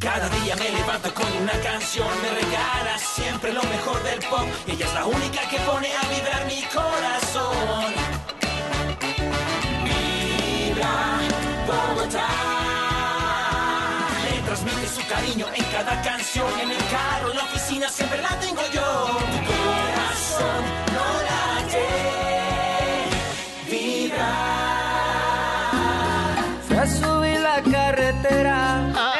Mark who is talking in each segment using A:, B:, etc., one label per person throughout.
A: Cada día me levanto con una canción, me regala siempre lo mejor del pop. Ella es la única que pone a vibrar mi corazón. Vibra Bogotá. Le transmite su cariño en cada canción, en el carro, en la oficina, siempre la tengo yo. Mi corazón no late, vibra.
B: Fui a subir la
C: Ah,
B: carretera. me lleva la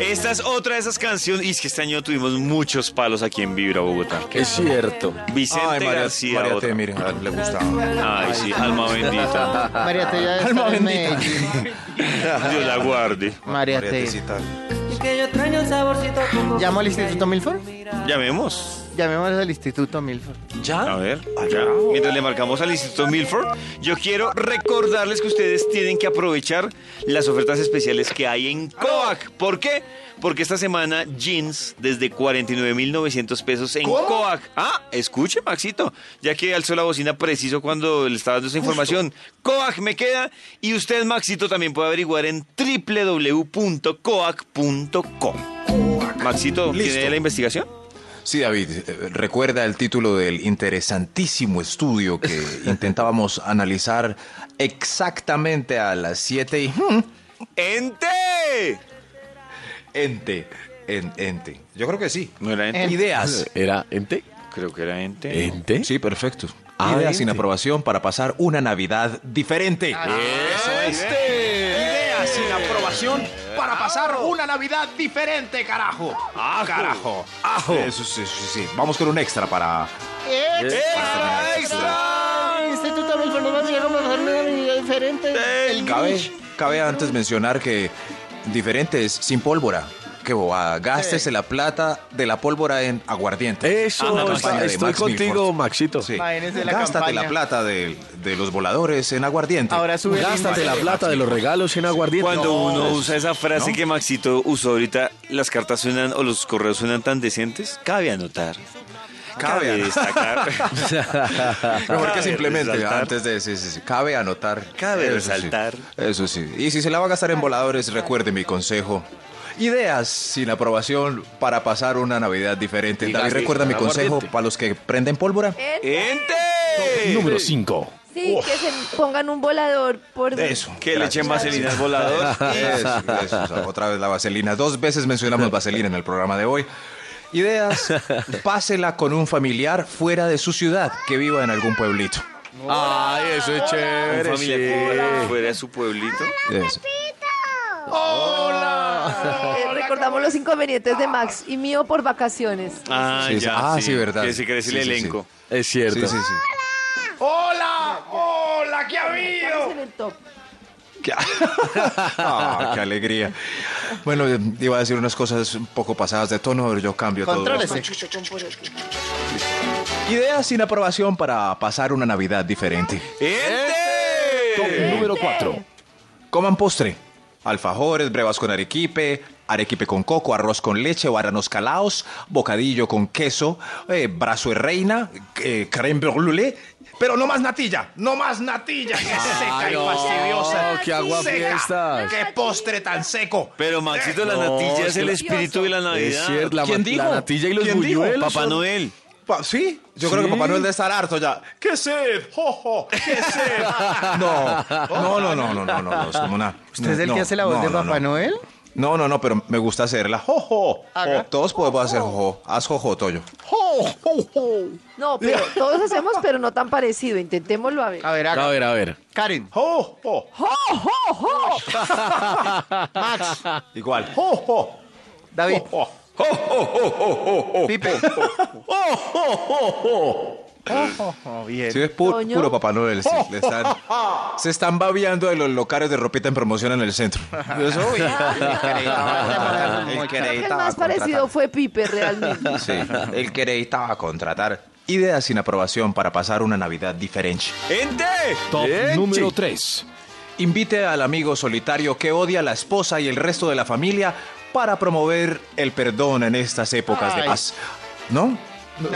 D: Esta es otra de esas canciones. Y es que este año tuvimos muchos palos aquí en Vibra Bogotá.
C: Es cierto.
D: Vicente
C: Ay, María,
D: García.
C: María
D: otra.
C: T, mire, a- le gustaba.
D: Ay, sí, alma bendita.
E: María T ya está
C: Alma
E: en
C: bendita.
E: Medellín.
D: Dios la guarde.
E: María
C: María
E: T.
C: Tecita.
B: Y que yo extraño el saborcito como
E: ¿Llamo al Instituto Milford?
D: Llamemos.
E: Llamémoslo al Instituto Milford.
D: A ver, ya. Mientras le marcamos al Instituto Milford, yo quiero recordarles que ustedes tienen que aprovechar las ofertas especiales que hay en COAC. ¿Por qué? Porque esta semana jeans desde 49.900 pesos en COAC. Ah, escuche, Maxito, ya que alzó la bocina preciso cuando le estaba dando esa información. COAC me queda y usted, Maxito, también puede averiguar en www.coac.co. Maxito,
C: Listo.
D: ¿tiene la investigación?
C: Sí, David, eh, recuerda el título del interesantísimo estudio que intentábamos analizar exactamente a las 7 y...
D: ¡Ente!
C: Ente, en- ente. Yo creo que sí.
D: ¿No era ente?
C: Ideas.
F: ¿Era ente?
D: Creo que era ente.
F: ¿Ente?
C: Sí, perfecto.
F: Ah,
C: Ideas
F: ente.
C: sin aprobación para pasar una Navidad diferente.
E: Ah,
D: Eso es.
G: Ideas sin aprobación para pasar una Navidad diferente, carajo.
C: ¡Ah, carajo! ¡Ajo! Sí, sí, sí, sí. Vamos con un extra para...
E: ¡Extra! ¡Extra! Instituto Milford nos va a enseñar cómo hacer una vida diferente. El
C: Cabe, cabe antes mencionar que diferente es sin pólvora. Qué bobada. Gástese la plata de la pólvora en aguardiente.
F: Eso,
C: Ah, Una
F: está-
C: campaña de
F: estoy
C: Max
F: contigo,
C: Milford.
F: Maxito.
C: Sí.
E: Imagínese la
C: Gástate
E: campaña.
C: la plata de, de los voladores en aguardiente.
E: Ahora sube el
F: Gástate la
E: índice.
F: plata de los regalos en aguardiente.
D: Cuando
F: No,
D: uno
F: es-
D: usa esa frase
C: ¿no?
D: que Maxito usó ahorita, las cartas suenan o los correos suenan tan decentes, cabe anotar. Cabe,
C: Cabe
D: destacar.
C: Mejor
D: Cabe
C: que simplemente
D: resaltar.
C: antes de sí, sí, sí. Cabe anotar.
D: Cabe
C: Eso
D: resaltar.
C: sí. Eso sí. Y si se la va a gastar en voladores, recuerde mi consejo. Ideas sin aprobación para pasar una Navidad diferente.
F: Y
C: David,
F: gaste
C: recuerda mi
F: en
C: consejo
F: aguardiente.
C: para los que prenden pólvora.
D: ¡Ente!
F: Número 5.
H: Sí, que se pongan un volador por...
C: Eso.
D: Que le echen
C: Gracias.
D: vaselina al volador. Eh,
C: Eso, eso, o sea, otra vez la vaselina. Dos veces mencionamos vaselina en el programa de hoy. Ideas, pásela con un familiar fuera de su ciudad que viva en algún pueblito.
F: Ay, eso es
D: Un
F: chévere.
D: familia
F: sí.
D: que fuera a su pueblito.
C: Eso.
H: Eh, recordamos los inconvenientes de Max y mío por vacaciones.
D: Ah,
C: Sí, sí.
D: ya.
C: Ah, sí, verdad.
D: Que se crece el
C: Sí, sí, sí.
D: elenco.
F: Es cierto.
C: Sí, sí, sí.
G: ¡Hola! ¡Hola! ¿Qué ha habido?
H: Estamos en el top.
C: Qué- Ah, qué alegría. Bueno, eh, iba a decir unas cosas un poco pasadas de tono, pero yo cambio todo.
E: Contrólese.
C: esto. Ideas sin aprobación para pasar una Navidad diferente.
F: Top número 4.
C: Coman postre. Alfajores, brevas con arequipe, arequipe con coco, arroz con leche, baranos calaos, bocadillo con queso, eh, brazo de reina, eh, crème brûlée, pero no más natilla.
G: No más natilla, que es seca
F: Ay,
G: y
F: no,
G: fastidiosa.
F: Oh, qué agua
G: Seca.
F: fiestas.
G: ¡Qué postre tan seco!
D: Pero
C: Eh,
D: Maxito, la
F: No,
D: natilla es
F: es
D: el
F: que-
D: espíritu de la Navidad.
F: Es cierto, la,
C: ¿Quién
F: ma-
C: dijo?
F: la natilla y los
C: ¿Quién dijo?
F: buñuelos.
D: Papá
F: son-
D: Noel.
C: Pa- sí, yo creo que
F: Sí.
C: Papá Noel debe estar harto ya.
G: ¡Qué sed! ¡Jojo! ¡Qué sed!
C: No, no, no, no, no, no, no, no, es como una-
E: ¿Usted es el
C: no,
E: que hace la voz
C: no,
E: de
C: no,
E: Papá
C: no.
E: Noel?
C: No, no, no, pero me gusta hacerla. Jo, jo.
E: Haga.
C: Jo, Todos podemos hacer jojo. Haz jojo, Toyo.
H: No, pero todos hacemos, pero no tan parecido. Intentémoslo a ver.
C: Ah,
E: A ver, haga.
F: A ver, a ver.
E: Karen,
G: ¡Jo, jo!
E: Max,
C: Igual.
G: ¡Jo, jo!
E: David,
C: Oh,
G: ¡Jo, jo!
E: Pipe.
C: Sí, es pu-
H: Toño.
C: puro Papá Noel. sí, le están- se están babeando de los locales de ropita en promoción en el centro. Eso, uy.
H: Ah,
E: Ah,
H: Creo
C: El
H: que el
C: va a
H: más parecido
C: contratar.
H: fue Pipe realmente.
C: Sí, el Quereita va a contratar. Ideas sin aprobación para pasar una Navidad diferente.
D: ¡Ente!
F: Top número 3.
C: Invite al amigo solitario que odia a la esposa y el resto de la familia para promover el perdón en estas épocas de
E: Ay.
C: paz. ¿No?
F: No.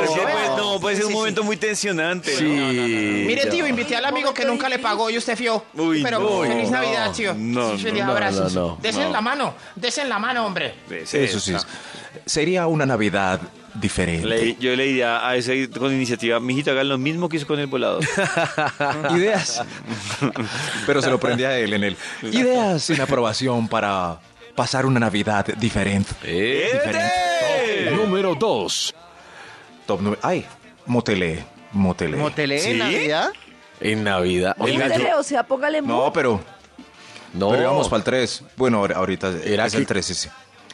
D: Porque, pues, no, puede ser un
G: Sí, sí,
D: momento muy tensionante.
F: Sí.
G: Mire, tío, invité al amigo que nunca le pagó y usted fió.
D: Uy,
G: Pero
D: no,
G: feliz
D: no,
G: Navidad, tío.
D: no,
G: feliz
F: no, no,
G: abrazos.
F: no, no.
G: Desen la mano, desen la mano, hombre.
D: Pues,
C: Eso sí. es. Sería una Navidad diferente.
D: Le- yo le diría a ese con iniciativa, mijito, hagan lo mismo que hizo con el volador.
C: Ideas. Pero se lo prende a él en él. Ideas sin aprobación para pasar una Navidad diferente.
D: ¡Ete!
F: Número 2.
C: Top número- Ay, motele, motele.
E: ¿Motelé
D: ¿Sí?
E: en Navidad?
F: En Navidad. Oiga,
H: Póngale,
F: yo-
H: o sea, póngale
C: No,
H: mood.
C: pero,
F: No.
C: pero íbamos para el 3. Bueno, ahora- ahorita
F: Era
C: es el
F: que-
C: 3, sí, sí.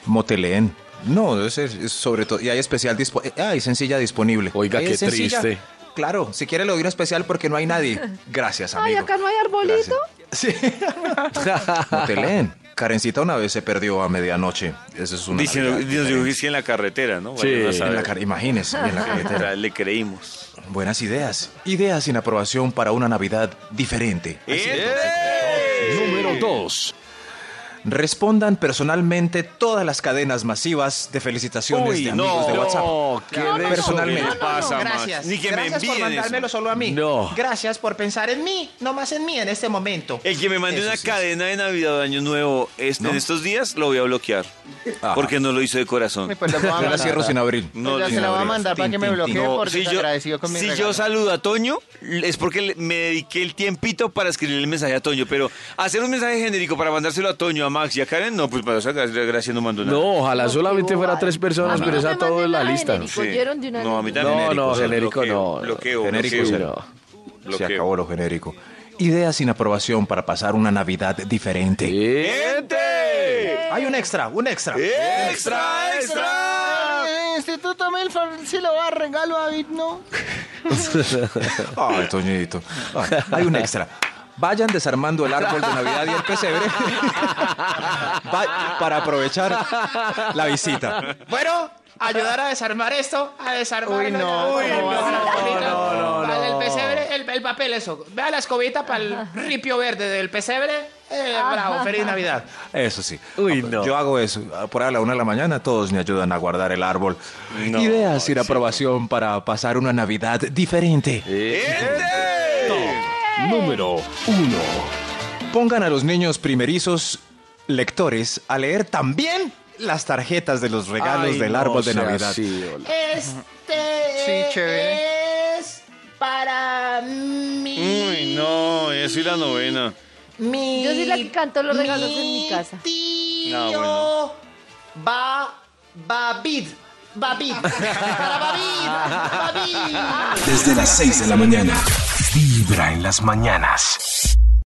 C: Moteleen. No, es, es sobre todo. Y hay especial disponible. Ay, sencilla disponible.
F: Oiga,
C: ¿Es
F: qué
C: sencilla?
F: triste.
C: Claro, si quiere le doy una especial porque no hay nadie. Gracias,
H: Ay,
C: amigo.
H: acá no hay arbolito.
C: Gracias. Sí. Motelén. Karencita una vez se perdió a medianoche. Eso es una.
D: Diciendo,
F: eh,
D: nos
C: Navidad
D: dijo que
C: diferente.
D: es que en la carretera, ¿no?
F: Sí.
D: Vayan a saber.
C: En la car- Imagínese, en la
D: O
C: carretera.
D: sea, le creímos.
C: Buenas ideas. Ideas sin aprobación para una Navidad diferente.
F: ¿Eh?
D: ¡Eh!
F: Número 2.
C: Respondan personalmente todas las cadenas masivas de felicitaciones de amigos de WhatsApp.
F: qué
G: No, no, no.
C: Personalmente.
G: No, no, no,
D: Pasa, Max.
G: gracias.
D: Ni que me
G: gracias por
D: envíen
G: mandármelo
D: eso.
G: solo a mí.
F: No.
G: Gracias por pensar en mí, no más en mí en este momento.
D: El que me mande
C: Eso
D: una
C: sí.
D: cadena de Navidad o Año Nuevo este- en estos días, lo voy a bloquear.
C: Ajá.
D: Porque no lo hizo de corazón.
E: Pues la voy a
C: Yo la
E: mandar.
C: cierro sin abrir.
D: No,
E: Pues ya
D: sin
E: se la voy a
D: abrir.
E: mandar para
C: Tin,
E: que me
C: tin,
E: bloquee
C: tin.
D: No,
E: porque
D: si
E: está
D: yo,
E: agradecido con mi
D: si
E: regalo.
D: yo saludo a Toño, es porque le- me dediqué el tiempito para escribir el mensaje a Toño. Pero hacer un mensaje genérico para mandárselo a Toño, a Max y a Karen, no, pues para esa gra- gracia no mando nada.
F: No, ojalá
H: No,
F: solamente
H: qué
F: fuera
H: bobada.
F: tres personas,
H: A mí
F: pero
H: no
F: esa
H: me
F: todo
H: manden
F: en la
H: nada
F: lista.
H: genérico, oyeron de una
D: No, a mí
H: vez.
D: también.
F: No, no,
D: solo
F: genérico
D: bloqueo,
F: no.
D: Bloqueo,
C: Genérico,
D: bloqueo,
C: sí,
F: no.
C: Se
D: bloqueo.
C: acabó lo genérico. Ideas sin aprobación para pasar una Navidad diferente.
D: ¡Gente!
C: Hay un extra, un extra.
D: ¡Extra, extra!
E: El Instituto Milford sí le va a regalo a David, ¿no?
C: Ay, Toñito. Ay, hay un extra. Vayan desarmando el árbol de Navidad y el pesebre Va- para aprovechar la visita.
G: Bueno, ayudar a desarmar esto, a desarmar.
E: Uy, no,
G: Uy,
E: ¿cómo
G: no,
E: vas a-
G: no, Para el pesebre, el, el papel, eso. Vea la escobita para el ripio verde del pesebre. Eh, bravo, feliz Navidad.
C: Eso sí.
F: Uy,
C: Ah,
F: no.
C: Yo hago eso. Ah, Por ahí a la una de la mañana todos me ayudan a guardar el árbol.
D: No,
C: Ideas sin aprobación para pasar una Navidad diferente.
F: Eh. Número 1.
C: Pongan a los niños primerizos lectores a leer también las tarjetas de los regalos del árbol de Navidad.
G: Este
E: Sí, chévere.
G: es para mí.
D: Uy, no, yo soy la novena.
G: Mi-
H: Yo soy la que canto los regalos en mi casa.
G: Tío
D: No, bueno.
G: va Babid. Babid. Para Babid. Babid.
I: Desde las 6 de la mañana. Vibra en las mañanas.